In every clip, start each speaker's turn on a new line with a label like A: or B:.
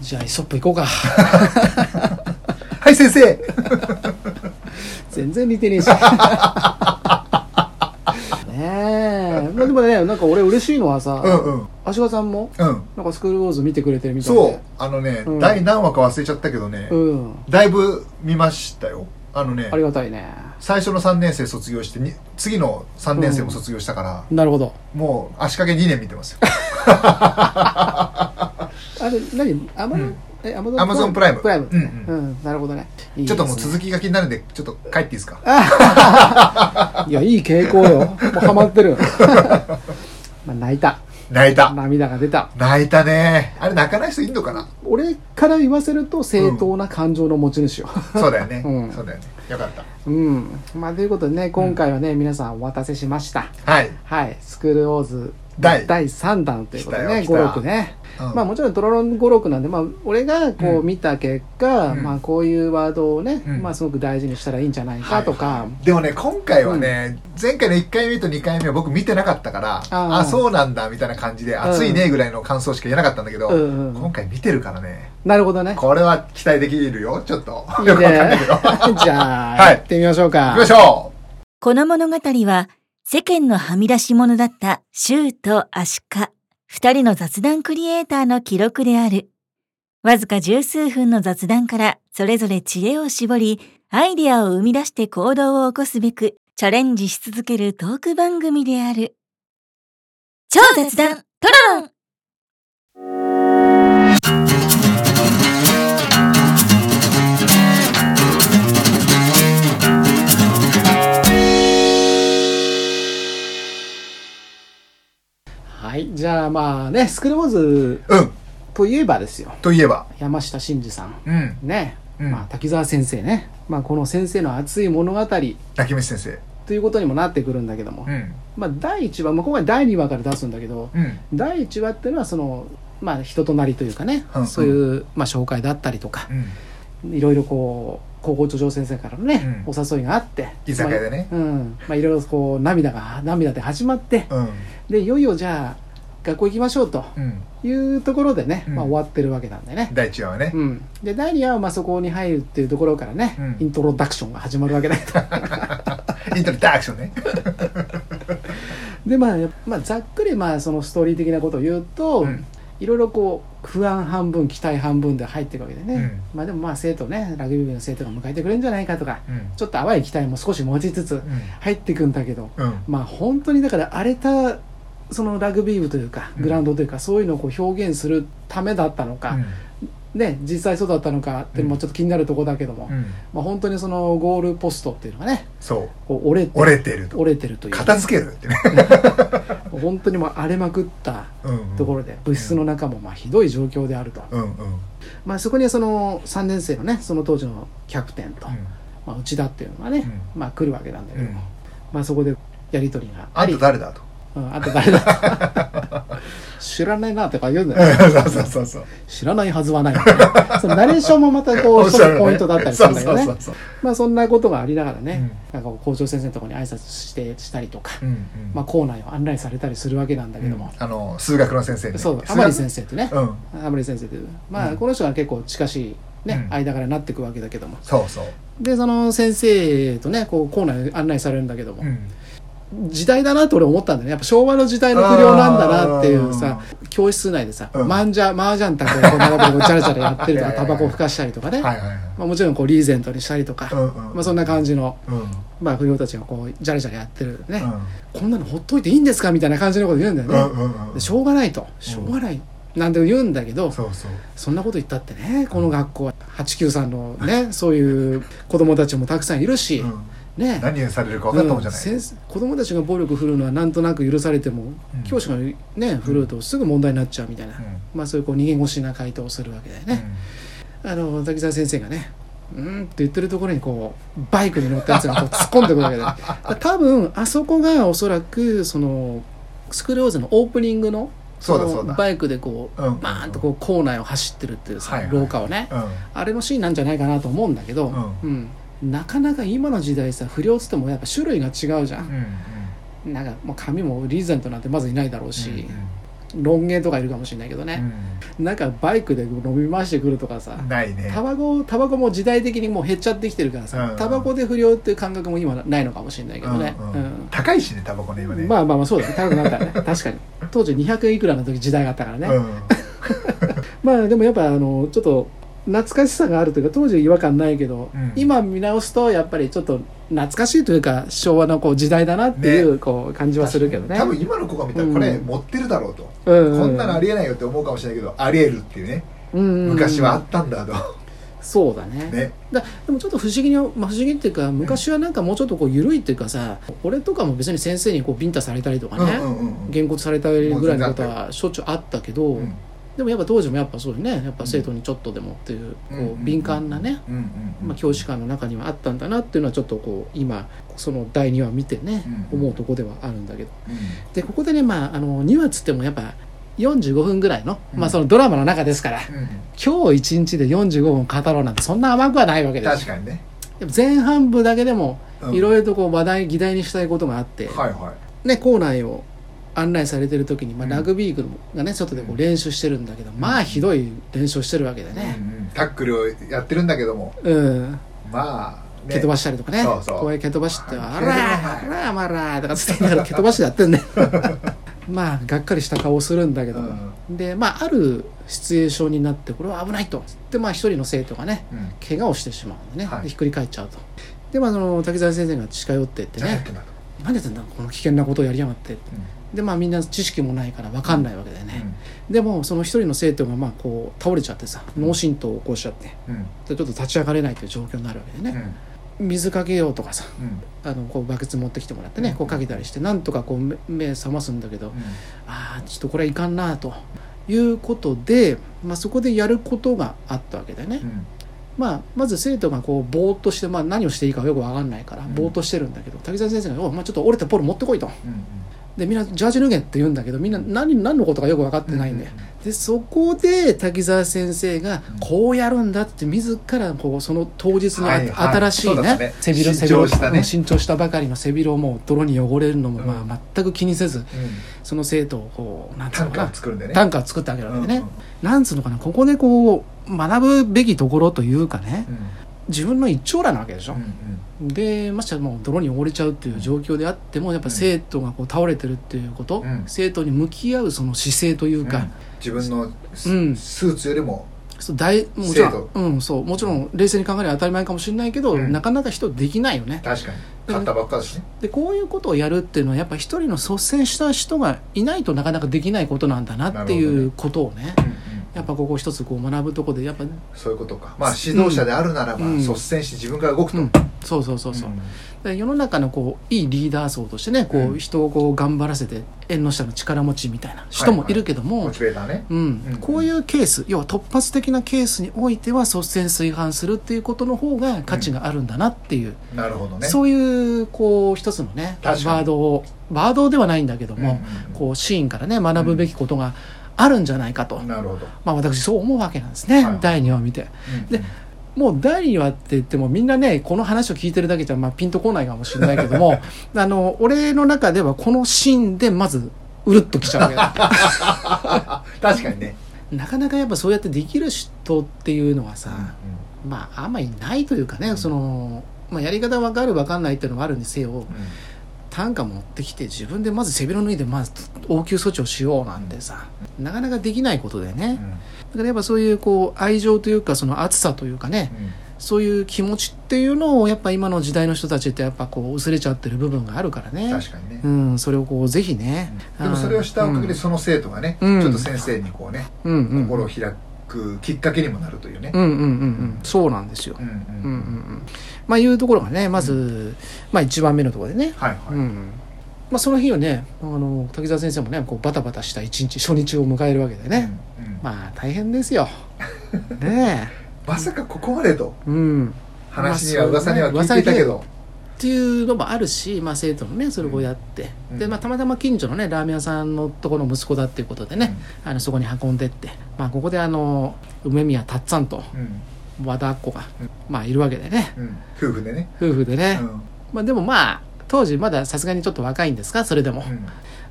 A: じゃあイソップ行こうか
B: はい先生
A: 全然似てねえし ねえまあでもねなんか俺嬉しいのはさ、
B: うんうん
A: 足利さんも
B: うん
A: なんかスクールウォーズ見てくれてるみたいで
B: そうあのね、
A: うん
B: 第何話か忘れちゃったけどね、
A: うん
B: だいぶ見ましたよあのね
A: ありがたいね
B: 最初の3年生卒業してに次の3年生も卒業したから、
A: なるほど
B: もう足掛け2年見てますよ
A: あれ何アマゾ
B: う
A: ン
B: ん
A: えア
B: Amazon プライム
A: プライム
B: うんう
A: うんなるほどねいい
B: ちょっともう
A: ですね
B: 続きが気になるんでちょっと帰っていいですか
A: いやいい傾向よもうハマってる まあ泣いた
B: 泣いた
A: 涙が出た
B: 泣いたねあれ泣かない人いんのかな
A: 俺から言わせると正当な感情の持ち主よ、
B: そうだよね、
A: うん
B: そうだよねよかった
A: うん。まあ、ということでね、今回はね、皆さんお待たせしました。
B: はい、
A: はい。スクールウォーズ
B: 第
A: 3弾ということでね、
B: 来たよ
A: 5、
B: 来た
A: 6ね。
B: うん
A: まあ、もちろんトロロン5、6なんで、まあ、俺がこう
B: うん
A: 見た結果、
B: うん
A: まあ、こういうワードをね、
B: うん
A: まあ、すごく大事にしたらいいんじゃないかとか、
B: でもね今回はね、前回の1回目と2回目は僕見てなかったから
A: ー
B: あそうなんだみたいな感じで暑いねぐらいの感想しか言えなかったんだけど、
A: うんうん
B: 今回見てるからね
A: なるほどね。
B: これは期待できるよちょっと
A: いい
B: よくわかんな
A: ね
B: いけ ど行。
A: じゃあ、
B: はい
A: やってみましょうか。
B: きましょ
C: この物語は世間のはみ出し者だったシューとアシカ、二人の雑談クリエイターの記録である。わずか十数分の雑談からそれぞれ知恵を絞り、アイデアを生み出して行動を起こすべくチャレンジし続けるトーク番組である。超雑談トロロン
A: はい。じゃあ、まあね、スクールウォーズ
B: ううん
A: といえばですよ。
B: といえば
A: 山下真司さん。
B: うん
A: ね。
B: うん
A: まあ、滝沢先生ね。まあ、この先生の熱い物語。
B: 泣き飯先生
A: ということにもなってくるんだけども、
B: うん
A: まあ、第1話、まあ、今回第2話から出すんだけど
B: うん
A: 第1話っていうのはその、まあ、人となりというかね、
B: うん
A: そういう、まあ、紹介だったりとか
B: う、ん
A: いろいろこう高校助長先生からのね、
B: う
A: お誘いがあって
B: 居酒屋でね
A: まあうんまあ、いろいろこう涙が涙で始まって
B: うん
A: でいよいよじゃあ学校行きましょうと
B: うん
A: いうところでね、
B: うん
A: まあ、終わってるわけなんでね。
B: 第一話はね、
A: うん、で第2話はまあそこに入るっていうところからね、
B: うん
A: イントロダクションが始まるわけだけど
B: イントロダクションね
A: で、まあやっぱ、まあざっくりまあそのストーリー的なことを言うと、
B: うん
A: いろいろこう不安半分期待半分で入っていくわけでね、まあでもまあ生徒ねラグビー部の生徒が迎えてくれるんじゃないかとか
B: うん
A: ちょっと淡い期待も少し持ちつつ入っていくんだけど、
B: うんうん
A: まあ本当にだから荒れたそのラグビー部というか
B: うん
A: グラウンドというか、そういうのをこう表現するためだったのか、ね実際そうだったのかっていうのもちょっと気になるところだけども、
B: うんうん
A: まあ本当にそのゴールポストっていうのがね
B: そう
A: こう折れて
B: 折れてると
A: 折れてるという
B: 片付けるってね、
A: 本当にもう荒れまくった
B: うんうん、
A: ところで部室の中もまあひどい状況であると、
B: うんうん
A: まあ、そこにはその3年生のねその当時のキャプテンと、まあ、内田っていうのがね、まあ、来るわけなんだけ
B: う
A: ど、
B: ん
A: まあ、そこでやり取りがあ
B: あん
A: り
B: た誰だと
A: うん、あと誰だ 知らないなとか言うんだよね
B: そうそうそうそう
A: 知らないはずはないみたいなそのナレーションもまたこう一つポイントだったりするんだけどね
B: そうそうそう
A: まあ、そんなことがありながらね、なんかこう校長先生のところに挨拶してしたりとか、
B: うんうん
A: まあ、校内を案内されたりするわけなんだけども、
B: あの数学の先生ね
A: そう
B: 数学
A: 甘利先生ってね、
B: うん
A: 甘利先生という、まあ
B: うん
A: この人が結構近しい、ね
B: うん
A: 間柄になっていくわけだけども
B: そうそう
A: でその先生とねこう校内案内されるんだけども、
B: うん
A: 時代だなと俺思ったんだよねやっぱ昭和の時代の不良なんだなっていうさ
B: あ
A: 教室内でさ、
B: うん
A: マンジャマージャン卓をこんなことでチャラチャラやってると か
B: いやいや
A: タ
B: いや
A: バコをふかしたりとかね、
B: はいはいは
A: まあ、もちろんこうリーゼントにしたりとか、
B: いうんうん
A: まあ、そんな感じの、
B: うんうん
A: まあ、不良たちがこうジャラジャラやってるね、こんなのほっといていいんですかみたいな感じのこと言うんだよ
B: う
A: ね、
B: んうんうん
A: でしょうがないとしょうがない、なんて言うんだけど
B: そうそう
A: そんなこと言ったってねこの学校は893のねそういう子供たちもたくさんいるし、
B: うん
A: ね
B: 何をされるか分かったもんじゃ
A: う
B: なんい
A: 先生子供たちが暴力振るうのはなんとなく許されても、
B: うん
A: 教師がね振るうとすぐ問題になっちゃうみたいな、
B: うん
A: まあそういうこう逃げ腰な回答をするわけだよね、あの滝沢先生がねうーんって言ってるところにこうバイクに乗ったやつがこう突っ込んでくるわけだよ多分あそこがおそらくそのスクールウォーズのオープニングの
B: そうだ
A: の
B: そうだ
A: バイクでこう、
B: うん
A: バーンとこう校内を走ってるっていうさ、
B: はいはい
A: 廊下をね、
B: うん
A: あれのシーンなんじゃないかなと思うんだけど、
B: う
A: うんなかなか今の時代さ不良っつってもやっぱ種類が違うじゃ
B: うん
A: ん、
B: うん
A: なんかもう髪もリーゼントなんてまずいないだろうし、
B: うん
A: ロン毛とかいるかもしれないけどね、なんかバイクで飲み回してくるとかさ
B: うんないね
A: タバコタバコも時代的にもう減っちゃってきてるから
B: うん
A: さ、
B: うん
A: タバコで不良っていう感覚も今ないのかもしれないけどね、
B: うんうん
A: うん
B: 高いしねタバコね今ね
A: まあまあまあそうだね高くな ったらね確かに当時200いくらの時時代があったからね、
B: うん
A: まあでもやっぱあのちょっと懐かしさがあるというか当時違和感ないけど、
B: うん
A: 今見直すとやっぱりちょっと懐かしいというか昭和のこう時代だなっていう,、こう感じはするけどね
B: 多分今の子が見たらこれ
A: うん
B: 持ってるだろうと、
A: うんうん
B: こんなのありえないよって思うかもしれないけどありえるっていうね
A: うん
B: 昔はあったんだと、
A: そうだね
B: ね
A: だでもちょっと不思議に、まあ、不思議っていうか昔はなんかもうちょっとこう緩いっていうかさ俺とかも別に先生にこうビンタされたりとか
B: うん
A: ね、
B: うんうん
A: げんこつされたりぐらいのことはしょっちゅうあったけど、
B: うんうん
A: でもやっぱ当時もやっぱそうよねやっぱ生徒にちょっとでもっていう,、
B: うん
A: こう敏感なね、
B: うんうんうん
A: まあ、教師官の中にはあったんだなっていうのはちょっとこう今その第2話見てね、
B: うん
A: 思うとこではあるんだけど
B: うん
A: でここでねまああの2話っつってもやっぱ45分ぐらいの、
B: うん
A: まあそのドラマの中ですから
B: うん
A: 今日一日で45分語ろうなんてそんな甘くはないわけです
B: 確かにね
A: でも前半部だけでも
B: うん
A: いろいろとこう話題議題にしたいことがあって、
B: はいはい
A: ね、校内を案内されてる時に、まあ、
B: うん
A: ラグビー部がね外でこ
B: う
A: うん練習してるんだけど、まあひどい練習してるわけでね、
B: うんうんタックルをやってるんだけども
A: うん、
B: まあ、ね、
A: 蹴飛ばしたりとかね
B: そうそう
A: こういう蹴飛ばして「あ
B: は
A: ら
B: い
A: あらあまら」とかつって言いながら蹴飛ばしてやって んねまあがっかりした顔をするんだけど、でまああるシチュエーションになってこれは危ないとでまあ一人の生徒がね
B: うんうん
A: 怪我をしてしまうんでね、
B: はい
A: でひっくり返っちゃうとでまあその滝沢先生が近寄ってって
B: 何やっ
A: ね
B: てんだと
A: 「何やってんだこの危険なことをやりやがって」でまあみんな知識もないから分かんないわけだよね、でもその一人の生徒がまあこう倒れちゃってさ脳震盪を起こしちゃってで
B: うんうん
A: ちょっと立ち上がれないという状況になるわけで
B: うん
A: ね、水かけようとかさ
B: うん
A: あのこうバケツ持ってきてもらってね
B: うん
A: こうかけたりしてなんとかこう目目覚ますんだけどああちょっとこれはいかんなということで、まあ、そこでやることがあったわけだよね、
B: うん
A: まあ、まず生徒がこうぼーっとして、まあ、何をしていいかよく分かんないから
B: うん
A: ぼーっとしてるんだけど、滝沢先生が「お前ちょっと折れたポール持ってこい」と。
B: うん
A: でみんなジャージ脱げって言うんだけどみんな何何のことかよく分かってないんだよ、でそこで滝沢先生が
B: うん
A: こうやるんだって自らこうその当日のあ
B: はいはい
A: 新しい
B: そうだった
A: ね
B: ね
A: 背広
B: 新
A: 背広
B: 調したね
A: うん新調したばかりの背広をもう泥に汚れるのも
B: うん
A: まあ全く気にせず
B: うん
A: その生徒をこうなんつう
B: 短
A: の
B: 歌
A: か
B: を作るんだ
A: な
B: よね
A: 短歌を作ってあげるわけで
B: う
A: ね
B: ん
A: なんつうのかなここでこう学ぶべきところというかね
B: うん
A: 自分の一長羅なわけでしょ
B: うんうん
A: でましてやもう泥に溺れちゃうっていう状況であってもやっぱ生徒がこう倒れてるっていうこと、
B: うん
A: 生徒に向き合うその姿勢というか、
B: うん自分のス,、
A: うん
B: ーツよりも
A: そう大もちろ
B: 生
A: ん、うん、そうもちろん冷静に考えれば当たり前かもしれないけど、
B: うん
A: なかなか人できないよね
B: 確かに買ったばっかだしね、
A: でこういうことをやるっていうのはやっぱ一人の率先した人がいないとなかなかできないことなんだなって
B: なるほ
A: い
B: ど
A: うことをね
B: うんうん
A: やっぱここ一つこう学ぶとこでやっぱ、う
B: そういうことかまあ指導者であるならば、
A: うん
B: 率先して自分から動くと、
A: ん、そうそうそうそう、
B: ん
A: で世の中のこういいリーダー層としてねこう、
B: うん
A: 人をこう頑張らせて縁の下の力持ちみたいな人もいるけども、
B: モチベーターね
A: うん
B: うん
A: こういうケース要は突発的なケースにおいては率先垂範するっていうことの方が価値があるんだなっていう、
B: なるほどね
A: そういうこう一つのねワ
B: 確かに
A: ードをワードではないんだけど
B: うんうん
A: も、こうシーンからね学ぶべきことがあるんじゃないかと、
B: うんなるほど、
A: まあ、私そう思うわけなんですね、
B: はい
A: 第2話見て。でもう第2話って言ってもみんなねこの話を聞いてるだけじゃまあピンとこないかもしれないけど もあの俺の中ではこのシーンでまずうるっときちゃうわけだ
B: 確かにね、
A: なかなかやっぱそうやってできる人っていうのはさ、
B: う
A: まああんまりないというかね、
B: うん
A: その、まあ、やり方わかるわかんないっていうのもあるにせよ
B: んうん
A: 短歌持ってきて自分でまず背広脱いでまず応急措置をしようなんてさ、なかなかできないことだよね、
B: うん
A: だからやっぱそういうこう愛情というかその熱さというかね、
B: うん
A: そういう気持ちっていうのをやっぱ今の時代の人たちってやっぱこう薄れちゃってる部分があるからね
B: 確かにね、
A: うん、それをこうぜひね、
B: でもそれをしたおかげでその生徒がね、
A: うん
B: ちょっと先生にこうね、
A: うんうんうん
B: 心を開くきっかけにもなるというね、
A: うんうんうんうんそうなんですよ
B: うんうん
A: うんうんうんまあいうところがねまず、まあ1番目のところでね、
B: はいはい、
A: うんうんまあ、その日をねあの滝沢先生もねこうバタバタした一日初日を迎えるわけでね、
B: うんうん
A: まあ大変です よね
B: まさかここまでと
A: えうん
B: 話には噂には聞いていたけど、
A: っていうのもあるし、まあ、生徒のねそれをやって、
B: うん
A: でまあ、たまたま近所のねラーメン屋さんのところの息子だっていうことでね、あのそこに運んでって、まあ、ここであの梅宮達っさんと
B: うん
A: 和田アッコが、
B: うん
A: まあ、いるわけでね
B: うんうん夫婦でね、
A: 夫婦で
B: う
A: ね、
B: ん
A: まあ、でもまあ当時まださすがにちょっと若いんですかそれでも、
B: うん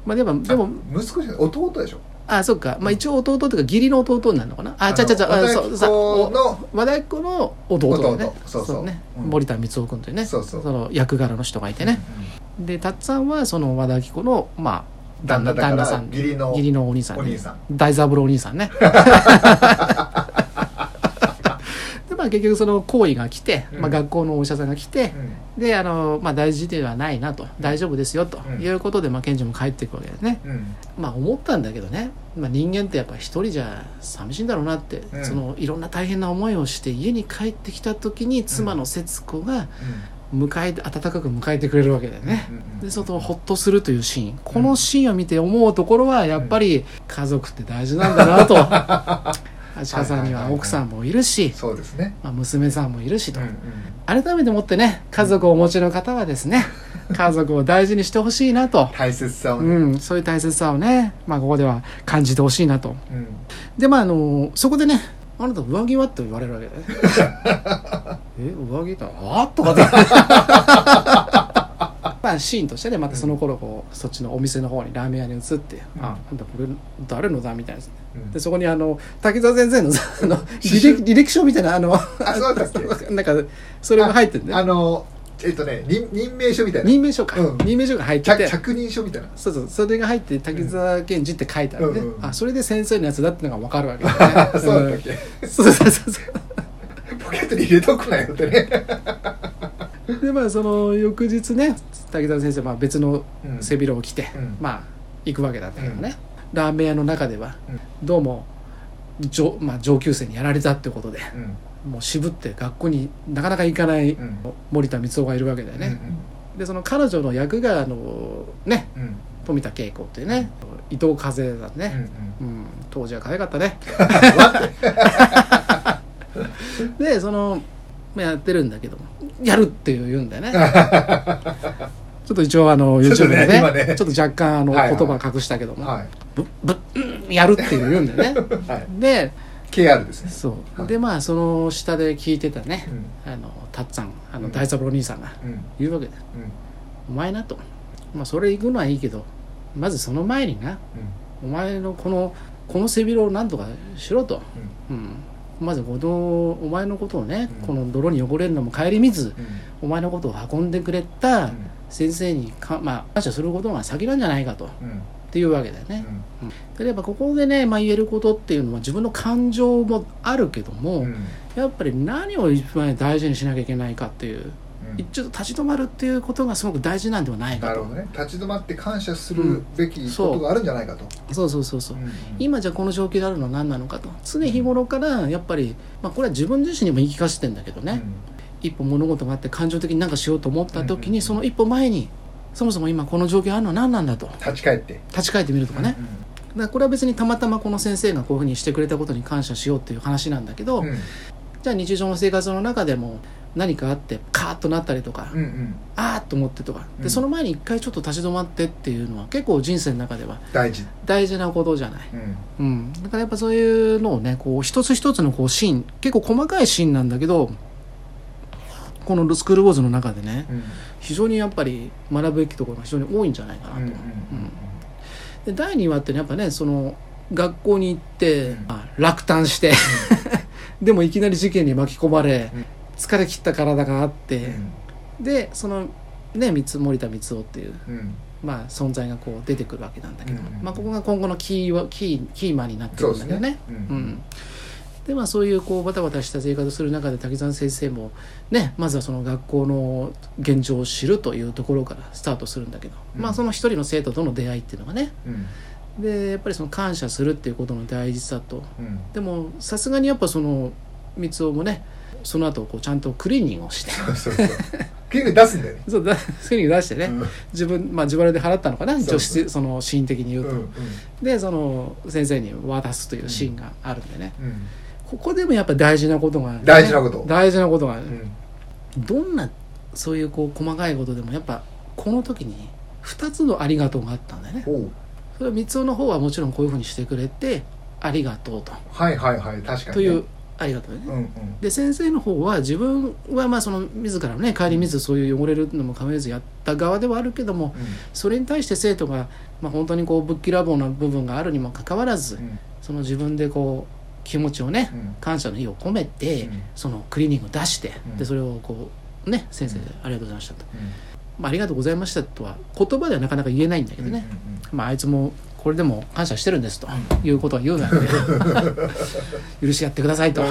A: まあでもでも
B: 息子じゃない弟でしょ
A: あそっかまあ一応弟というか義理の弟になるのかなあちゃちゃちゃあ
B: そ
A: そううさ
B: の
A: お和太鼓の弟だよね
B: 弟そうそう
A: ね
B: うん
A: 森田光雄君というね
B: そうそう
A: その役柄の人がいてね、でたっさんはその和田アキ子のまあ
B: 旦那だから
A: さん
B: 義理の
A: 義理のお兄さん,、
B: お兄さん
A: 大三郎お兄さ んねでまあ結局その行為が来て、
B: うん
A: まあ、学校のお医者さんが来て
B: う、ん
A: であの、まあ、大事ではないなと大丈夫ですよと
B: うん
A: いうことで、まあ、賢治も帰っていくわけですね
B: うんうん
A: まあ思ったんだけどね、まあ、人間ってやっぱ一人じゃ寂しいんだろうなって、
B: うん
A: そのいろんな大変な思いをして家に帰ってきた時に妻の節子が迎えて温かく迎えてくれるわけだよね
B: う、んうん
A: でそのほっとするというシーンこのシーンを見て思うところはやっぱり家族って大事なんだ なと足利さんには奥さんもいるし、
B: そうですね
A: まあ、娘さんもいるしと、
B: うんうん
A: 改めて思ってね家族をお持ちの方はです ね家族を大事にしてほしいなと、
B: 大切さを
A: う
B: ね
A: ん、そういう大切さをね、まあ、ここでは感じてほしいなと
B: うん
A: でまああのそこでねあなた上着はって言われるわけだね え上着だあとかって まあシーンとしてねまたその頃こうそっちのお店の方にラーメン屋に移って、
B: うん
A: あなんだこれ誰のだみたいな
B: うん
A: でそこにあの滝沢先生のさあ の履
B: 刺繍
A: 歴履歴書みたいなあの
B: あそうだったっ け
A: なんかそれが入ってるん
B: あ
A: ね
B: のえっとね任任命書みたいな
A: 任命書か、
B: うん
A: 任命書が入って
B: 着
A: て
B: 着任書みたいな
A: そうそうそれが入って滝沢源氏って書いてあるね、
B: うんうんうん
A: あそれで先生のやつだってのが分かるわけだね
B: そうだったっけ、
A: うんそうそうそうそう
B: ポケットに入れとくなよってね
A: でまあその翌日ね滝沢先生、まあ、別の背広を着て、
B: うん
A: まあ行くわけだったけどね、ラーメン屋の中ではどうも、じょまあ、上級生にやられたってことで
B: うん
A: もう渋って学校になかなか行かない
B: うん
A: 森田光雄がいるわけだよね、でその彼女の役があのね
B: うんうん
A: 富田恵子っていうね伊藤風だ
B: うんう
A: ね、
B: ん
A: うん当時は可愛かった ねでそのまあやってるんだけどもやるって言うんだ よねちょっと一応あの
B: ちょっと
A: YouTube
B: ね
A: でね
B: 今ね
A: ちょっと若干あの
B: はい
A: 言
B: はい
A: 葉隠したけども、
B: はい
A: ぶぶうんやるって言うんだよね
B: はい
A: で
B: KR ですね
A: そう、
B: はい
A: でまあその下で聞いてたね
B: う、ん
A: あのたっさんあ
B: う
A: の
B: ん
A: 大三郎兄さんが
B: うん
A: 言うわけだよ
B: うん
A: お前なと、まあ、それ行くのはいいけどまずその前にな
B: うん
A: お前のこのこの背広をなんとかしろと、うんまずこのお前のことをね、
B: うん
A: この泥に汚れるのも顧みず
B: うんうん
A: お前のことを運んでくれた先生にか、まあ、感謝することが先なんじゃないかとっ
B: うん
A: ていうわけだよね
B: う、ん
A: 例えばここでね、まあ、言えることっていうのは自分の感情もあるけども、
B: うん
A: やっぱり何を一番大事にしなきゃいけないかっていう
B: うん
A: ちょっと立ち止まるっていうことがすごく大事なんではないか
B: な
A: と
B: るほどね立ち止まって感謝するべきことがあるんじゃないかと、
A: そうそうそうそう
B: うんうん
A: 今じゃこの状況であるのは何なのかと常日頃からやっぱり、まあ、これは自分自身にも言い聞かせてんだけどね、一歩物事があって感情的に何かしようと思った時
B: うんうんう
A: に
B: ん
A: その一歩前にそもそも今この状況あるのは何なんだと
B: 立ち返って
A: 立ち返ってみるとかね、だ
B: う
A: からこれは別にたまたまこの先生がこういうふうにしてくれたことに感謝しようっていう話なんだけど、
B: んうん
A: じゃあ日常の生活の中でも何かあってカーッとなったりとか、
B: うんうん
A: あーっと思ってとかで、
B: うん
A: その前に一回ちょっと立ち止まってっていうのは結構人生の中では
B: 大事、
A: 大事なことじゃない、
B: うん
A: うん、だからやっぱそういうのをねこう一つ一つのこうシーン結構細かいシーンなんだけどこの「スクール・ウォーズ」の中でね
B: うん
A: 非常にやっぱり学ぶべきところが非常に多いんじゃないかなと、
B: うんうん
A: で第2話ってねやっぱねその学校に行って、
B: うん
A: まあ落胆して、 でもいきなり事件に巻き込まれ、
B: うん
A: 疲れ切った体があって、
B: うん
A: でそのね三つ森田光雄っていう、
B: うん
A: まあ、存在がこう出てくるわけなんだけど、
B: うんうん
A: まあ、ここが今後のキーはキーキーマンになってく
B: そう
A: る
B: で
A: ん
B: す
A: だけどね
B: ね、う
A: うんん、でまあそういうこうバタバタした生活をする中で滝沢先生もねまずはその学校の現状を知るというところからスタートするんだけど、
B: うん
A: まあその一人の生徒との出会いっていうのがね
B: うん
A: でやっぱりその感謝するっていうことの大事さと
B: うん
A: でもさすがにやっぱその三尾もねその後こうちゃんとクリーニングをして
B: そうそうそう結局出すんだよね
A: そうだクリーニング出してね、
B: うん
A: 自分まあ自腹で払ったのかな
B: そうそう
A: 女子そのシーン的に言うと、
B: うん
A: でその先生に渡すというシーンがあるんでね、
B: うん
A: ここでもやっぱ大事なことがある、
B: 大事なこと
A: 大事なことがある、
B: うん
A: どんなそういうこう細かいことでもやっぱこの時に2つのありがとうがあったんだよね
B: おう
A: それは三尾の方はもちろんこういうふうにしてくれてありがとうと
B: はいはいはい確かにね
A: というありがとうね
B: うんうん
A: で先生の方は自分はまあその自らのね帰り見ずそういう汚れるのも構えずやった側ではあるけどもそれに対して生徒が、まあ、本当にこうぶっきらぼうな部分があるにもかかわらず
B: うんうん
A: その自分でこう気持ちをね
B: うん
A: 感謝の意を込めて、
B: うん
A: そのクリーニングを出して、
B: うん
A: でそれをこうね先生
B: うん
A: ありがとうございましたと、まあ、ありがとうございましたとは言葉ではなかなか言えないんだけどね、まあ、あいつもこれでも感謝してるんですということは言うわけ で許し合ってくださいと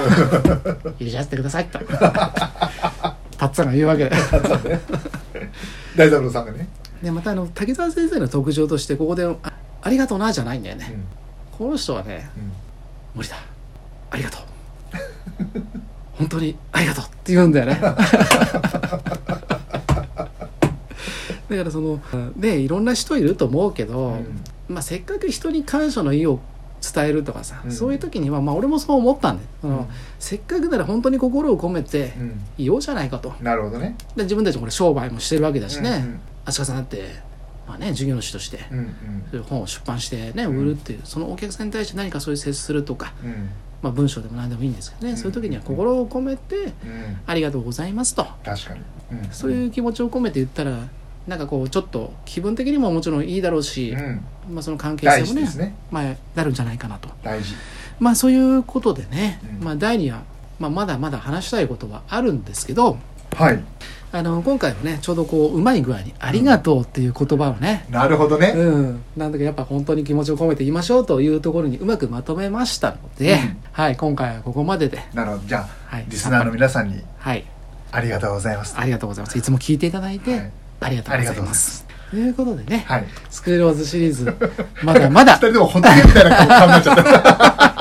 A: 許し合ってくださいとたっつぁんが言うわけで
B: 大三郎さんがね
A: でまたあの滝沢先生の特徴としてここであ「ありがとうな」じゃないんだよ
B: う
A: ね、
B: ん
A: この人はね
B: うん
A: 「無理だありがとう」 「本当にありがとう」って言うんだよね だからそのねいろんな人いると思うけど、
B: うん
A: まあ、せっかく人に感謝の意を伝えるとかさ、
B: うん
A: そういう時には、まあ、俺もそう思ったんで、そのせっかくなら本当に心を込めて
B: うん
A: 言おうじゃないかと
B: なるほどね
A: で自分たちもこれ商売もしてるわけだしね、
B: うん
A: 足利さんだって、まあね、事業主として、
B: うん
A: そういう本を出版して、ね、
B: うん
A: 売るっていうそのお客さんに対して何かそういう接するとか、
B: うんうん
A: まあ、文章でも何でもいいんですけどね、
B: うん
A: そういう時には心を込めて
B: うん
A: 「ありがとうございます」と
B: 確かにん
A: そういう気持ちを込めて言ったらなんかこうちょっと気分的にももちろんいいだろうし、
B: うん
A: まあ、その関係
B: 大
A: 性
B: 事
A: も
B: で
A: ね
B: すね
A: まあ、なるんじゃないかなと。
B: 大事
A: まあそういうことでね、
B: うん
A: まあ第2話、まあ、まだまだ話したいことはあるんですけど
B: はい
A: あの今回はねちょうどこううまい具合に「ありがとう」っていう言葉をね、
B: なるほど
A: う
B: ね
A: んなんだかやっぱ本当に気持ちを込めて言いましょうというところにうまくまとめましたので、
B: うん
A: はい、今回はここまでで、
B: なるほどじゃあ
A: はい、
B: リスナーの皆さんに
A: はい、
B: ありがとうございます
A: ありがとうございますいつも聞いていただいて、
B: はい
A: ありがとうございますということでね、
B: はい
A: スクールオーズシリー ズまだまだ
B: 二人とも本当にみたいな顔になっちゃった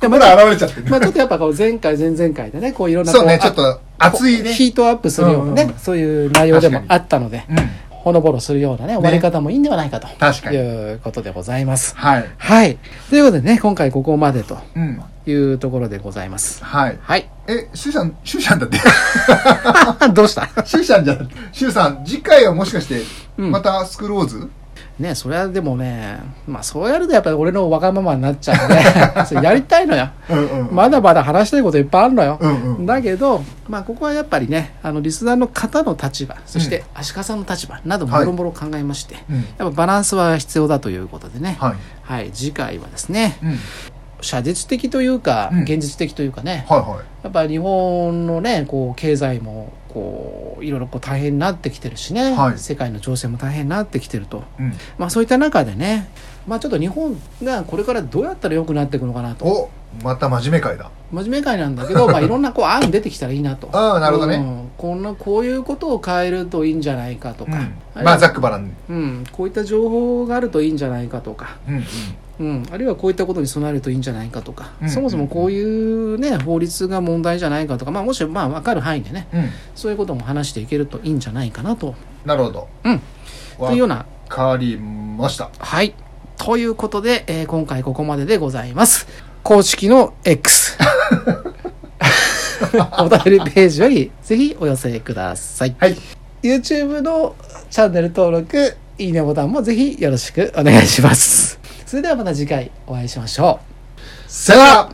A: でま
B: ま
A: だ
B: だ現れちゃって
A: まあ
B: る
A: ちょっとやっぱこう前回前々回でねこういろんなこ
B: そうね
A: あ
B: ちょっと熱いね
A: ヒートアップするようなね、
B: うんうんうん
A: そういう内容でも
B: 確か
A: あったので
B: うん
A: ほのぼろするようなね終わり方もいいんではないかと
B: 確かに
A: いうことでございます。
B: はい
A: はいということでね今回ここまでと
B: うん
A: いうところでございます。
B: はい
A: はい。
B: えシュウさんシュウさんだって
A: どうした
B: シュウさんじゃんシュウさん次回はもしかして
A: うん
B: またスクローズ
A: ねそれはでもねまあそうやるとやっぱり俺のわがままになっちゃうん でそれやりたいのよ。
B: うんうん
A: まだまだ話したいこといっぱいあるのよ。
B: うんうん
A: だけど、まあ、ここはやっぱりねあのリスナーの方の立場そして足利さんの立場なども
B: はい
A: ろもろ考えまして、
B: うん
A: やっぱバランスは必要だということでね、
B: はい
A: はい、次回はですね
B: うん
A: 写実的というか、
B: うん
A: 現実的というかね
B: はいはい
A: やっぱ日本のねこう経済もこういろいろこう大変になってきてるしね、
B: はい
A: 世界の情勢も大変になってきてると、
B: うん
A: まあ、そういった中でね、まあ、ちょっと日本がこれからどうやったら良くなっていくのかなと
B: おまた真面目会だ
A: 真面目会なんだ けど、まあ、いろんなこう案出てきたらいいなと。
B: ああなるほどね
A: うんこんなこういうことを変えるといいんじゃないかと
B: う
A: か、あ
B: ん
A: るい
B: まあ
A: は
B: ざっくばらん
A: うん、こういった情報があるといいんじゃないかとか、
B: うんうん
A: うん、あるいはこういったことに備えるといいんじゃないかとか、
B: うん
A: そもそもこういう、ね、法律が問題じゃないかとか、まあ、もしまあ分かる範囲でね
B: うん
A: そういうことも話していけるといいんじゃないかなと
B: なるほど
A: うんというよう
B: わ
A: な
B: かりました
A: はいということで、えー今回ここまででございます公式の X お便りページよりぜひお寄せください、
B: はい
A: YouTube のチャンネル登録いいねボタンもぜ ひよろしくお願いしますそれではまた次回お会いしましょう
B: さよなら